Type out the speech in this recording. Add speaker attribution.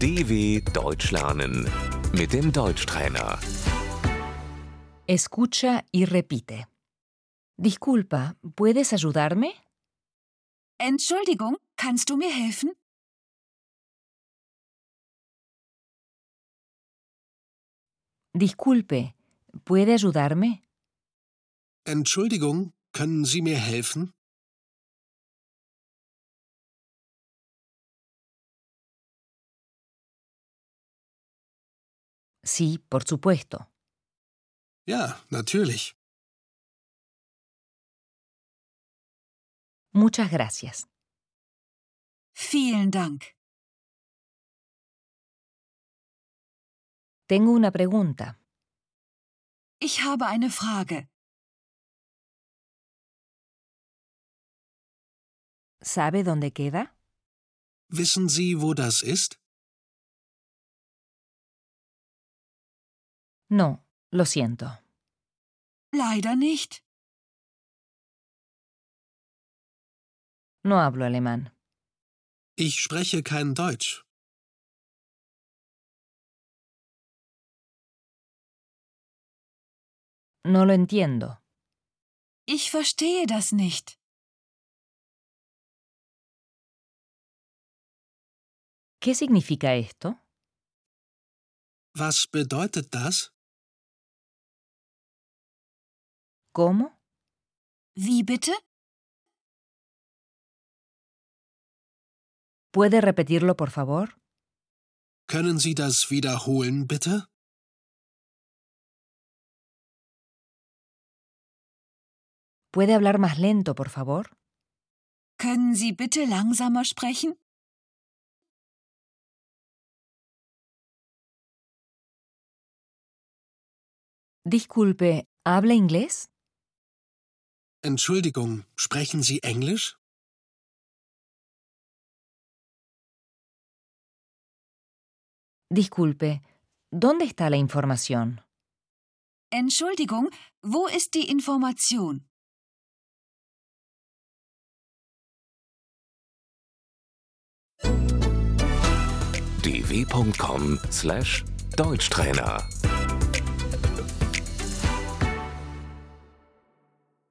Speaker 1: DW Deutsch lernen mit dem Deutschtrainer.
Speaker 2: Escucha y repite. Disculpa, ¿puedes ayudarme?
Speaker 3: Entschuldigung, kannst du mir helfen?
Speaker 2: Disculpe, ¿puede ayudarme?
Speaker 4: Entschuldigung, können Sie mir helfen?
Speaker 2: Sí, por supuesto.
Speaker 4: Ja, natürlich.
Speaker 2: Muchas gracias.
Speaker 3: Vielen Dank.
Speaker 2: Tengo una pregunta.
Speaker 3: Ich habe eine Frage.
Speaker 2: ¿Sabe dónde queda?
Speaker 4: Wissen Sie, wo das ist?
Speaker 2: No, lo siento.
Speaker 3: Leider nicht.
Speaker 2: No hablo alemán.
Speaker 4: Ich spreche kein Deutsch.
Speaker 2: No lo entiendo.
Speaker 3: Ich verstehe das nicht.
Speaker 2: ¿Qué significa esto?
Speaker 4: Was bedeutet das?
Speaker 2: ¿Cómo?
Speaker 3: Wie bitte?
Speaker 2: ¿Puede repetirlo, por favor?
Speaker 4: Können Sie das wiederholen, bitte?
Speaker 2: ¿Puede hablar más lento, por favor?
Speaker 3: Können Sie bitte langsamer sprechen?
Speaker 2: Disculpe, ¿habla inglés?
Speaker 4: Entschuldigung, sprechen Sie Englisch?
Speaker 2: Disculpe, ¿dónde está la información?
Speaker 3: Entschuldigung, wo ist die Information?
Speaker 1: dw.com/deutschtrainer